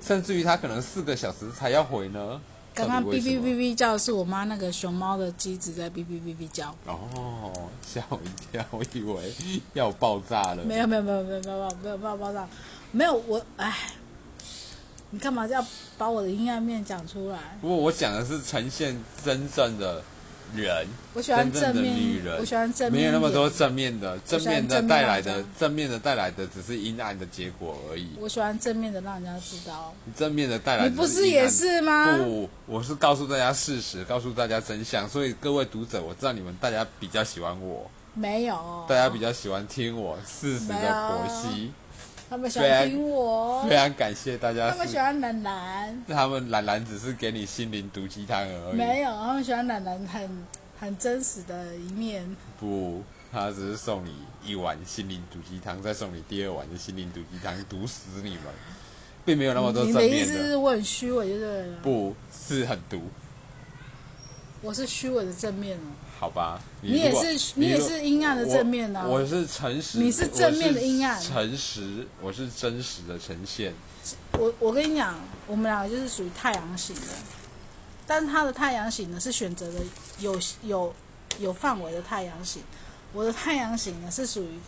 甚至于他可能四个小时才要回呢？
刚刚
到
哔哔
底为什么
哔哔叫的是我妈那个熊猫的机子在哔哔哔哔叫，
哦，吓我一跳，我以为要爆炸了。
没有没有没有没有没有没有没有报道，没有我哎，你干嘛要把我的阴暗面讲出来？
不过我讲的是呈现真正的人，
我喜欢
真正的
面
女，人
我喜欢正面，
没有那么多
多，
正面的，正
喜欢
面的
正面
带来
的
的，正面的带来的只是阴暗的结果而已。
我喜欢正面的让人家知道，
正面的带来的
你
阴暗，
不是也是吗？
不，我是告诉大家事实，告诉大家真相。所以各位读者，我知道你们大家比较喜欢我，
没有，
大家比较喜欢听我事实的剖析。
他们喜
对啊
欢听我
非，常感谢大家
他们喜
是，
欢懒懒，
他们懒懒只是给你心灵毒鸡汤而已。
没有，他们喜欢懒懒很很真实的一面。
不，他只是送你一碗心灵毒鸡汤，再送你第二碗的心灵毒鸡汤，毒死你们，并没有那么多
你
正
的意
面
思
的。
是我很虚伪就对了，
不是很毒，
我是虚伪的正面哦，
好吧？
你也
如果
是你也
如
是阴暗的正面啊
我我是诚实，
你是正面的阴暗
我是诚实，我是真实的呈现。
我我跟你讲，我们两个就是属于太阳型的，但是他的太阳型呢是选择的有有有范围的太阳型，我的太阳型呢是属于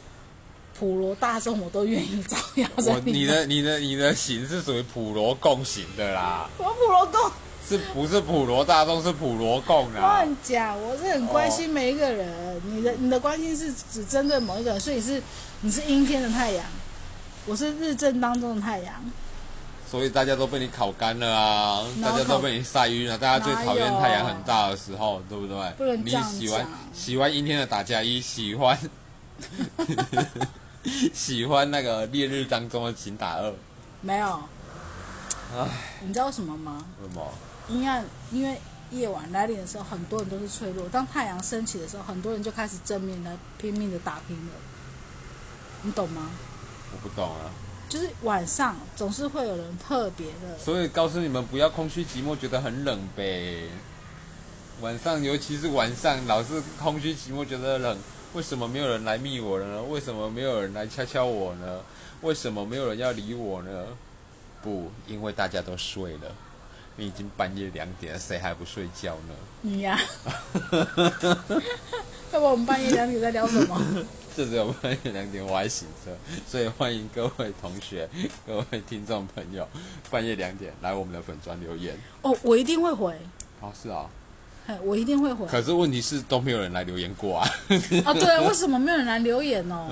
普罗大众我都愿意照耀
我
着
你的你的你的型是属于普罗共型的啦，
我普罗共，
是不是普罗大众是普罗共啊啦？
乱讲，我是很关
哦
心每一个人。你的你的关心是只针对某一个人，所以是你是阴天的太阳，我是日正当中的太阳。
所以大家都被你烤干了啊，
哪有
大家都被你晒晕了。大家最讨厌太阳很大的时候，对不对？
不能
你
这样
喜欢
讲
喜欢阴天的打架衣， (laughs) 喜欢喜欢那个烈日当中的请打二，
没有，你知道为什么吗？
为什么？
阴暗，因为夜晚来临的时候，很多人都是脆弱。当太阳升起的时候，很多人就开始正面的拼命的打拼了，你懂吗？
我不懂啊。
就是晚上总是会有人特别的，
所以告诉你们，不要空虚寂寞，觉得很冷呗。晚上，尤其是晚上，老是空虚寂寞，觉得冷。为什么没有人来密我呢？为什么没有人来敲敲我呢？为什么没有人要理我呢？不，因为大家都睡了。你已经半夜两点了，谁还不睡觉呢？
你呀、要不然我们半夜两点在聊什么？
这只有半夜两点我还醒着，所以欢迎各位同学、 (laughs) 各位听众朋友，半夜两点来我们的粉砖留言。
哦，我一定会回，
哦，是啊、
嘿我一定会回。
可是问题是都没有人来留言过啊，
哦，对，为什么没有人来留言哦？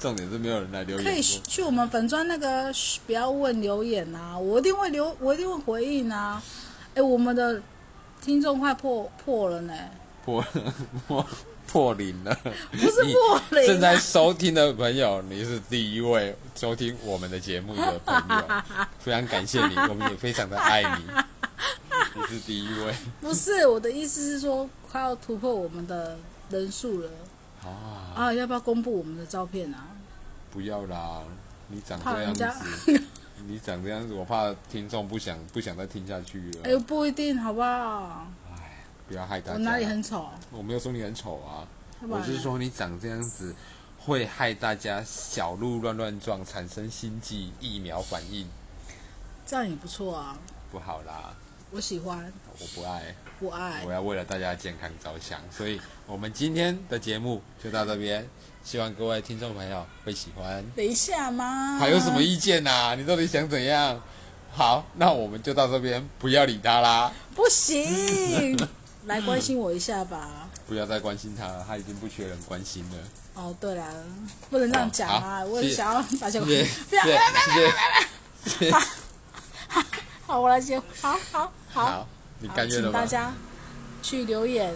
重点是没有人来留言
可以
过。
去我们粉专那个，嘘不要问留言啊，我一定会留，我一定会回应啊。哎，我们的听众快破破了呢，
破破破零了，
不是破了，
正在收听的朋友，你是第一位收听我们的节目的朋
(laughs)
友，非常感谢你，我们也非常的爱你，你是第一
(laughs)
位。
不是我的意思是说，快要突破我们的人数了
啊，
啊！要不要公布我们的照片啊？
不要啦，你长
怕
这样
人家
子，你长这样子，我怕听众不想不想再听下去
哎，
了。
不一定，好不好？
不要害大
我
家。
哪里很丑？
我没有说你很丑啊，
要不
我
然
是说你长这样子会害大家小鹿乱乱撞，产生心悸、疫苗反应，
这样也不错啊，
不好啦。
我喜欢，
我不爱，
我爱
我。要为了大家的健康着想，所以我们今天的节目就到这边，希望各位听众朋友会喜欢。
等一下嘛，
还有什么意见呐、啊？你到底想怎样？好，那我们就到这边，不要理他啦，
不
(laughs)
行，来关心我一下吧。
不要再关心他了，他已经不缺人关心了。
哦，对了，不能这样讲啊！
好
我也
谢谢
想要把小
谢谢，
(laughs) 不要，
谢谢，
好，我来接，好好好，
好，你
好
甘愿了
啊请
吗
大？家去留言，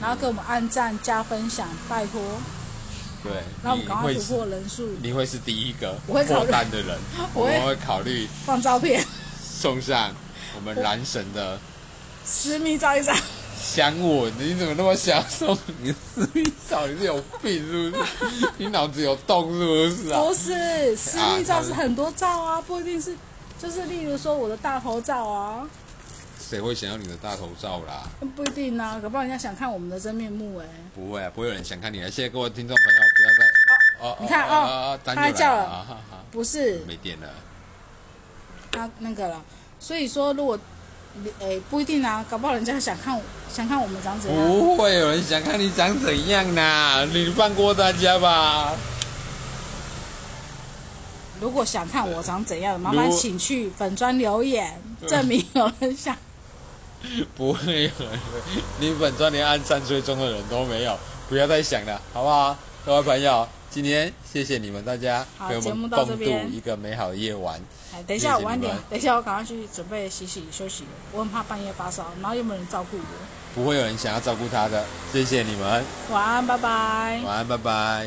然后给我们按赞加分享，拜托，
对，
让我们
你
赶快
会
突破人数，
你会是第一个
我会考
破
虑
蛋的人，
(laughs) 我
我
会
们会哦考虑
放照片，
送上我们男神的
私密照一张，
啊香吻。你怎么那么想送你的私密照？你是有病是不是？你脑子有洞是不是啊？
不是私密照
啊
是很多照啊，不一定是，就是例如说我的大头照啊，
谁会想要你的大头照啦？
不一定啊，搞不好人家想看我们的真面目哎、
不会啊，不会有人想看你的。谢谢各位听众朋友，不要再哦
你看哦
单
他还叫了
啊，哈哈
不是
没电了。
他那个了，所以说如果诶、不一定啊，搞不好人家想看我想看我们长怎样。
不会有人想看你长怎样啦，你放过大家吧。
如果想看我长怎样，麻烦
如
请去粉砖留言，证明有人想。
不会有人，你本专连按赞追踪的人都没有，不要再想了，好不好？各位朋友，今天谢谢你们大家
好
陪我
节目
们
到
共
这
度
边
一个美好的夜晚。
哎，等一下
谢谢你
我晚点
们，
等一下我赶快去准备洗洗休息，我很怕半夜发烧，然后又没有人照顾我。
不会有人想要照顾他的，谢谢你们，
晚安，拜拜。
晚安，拜拜。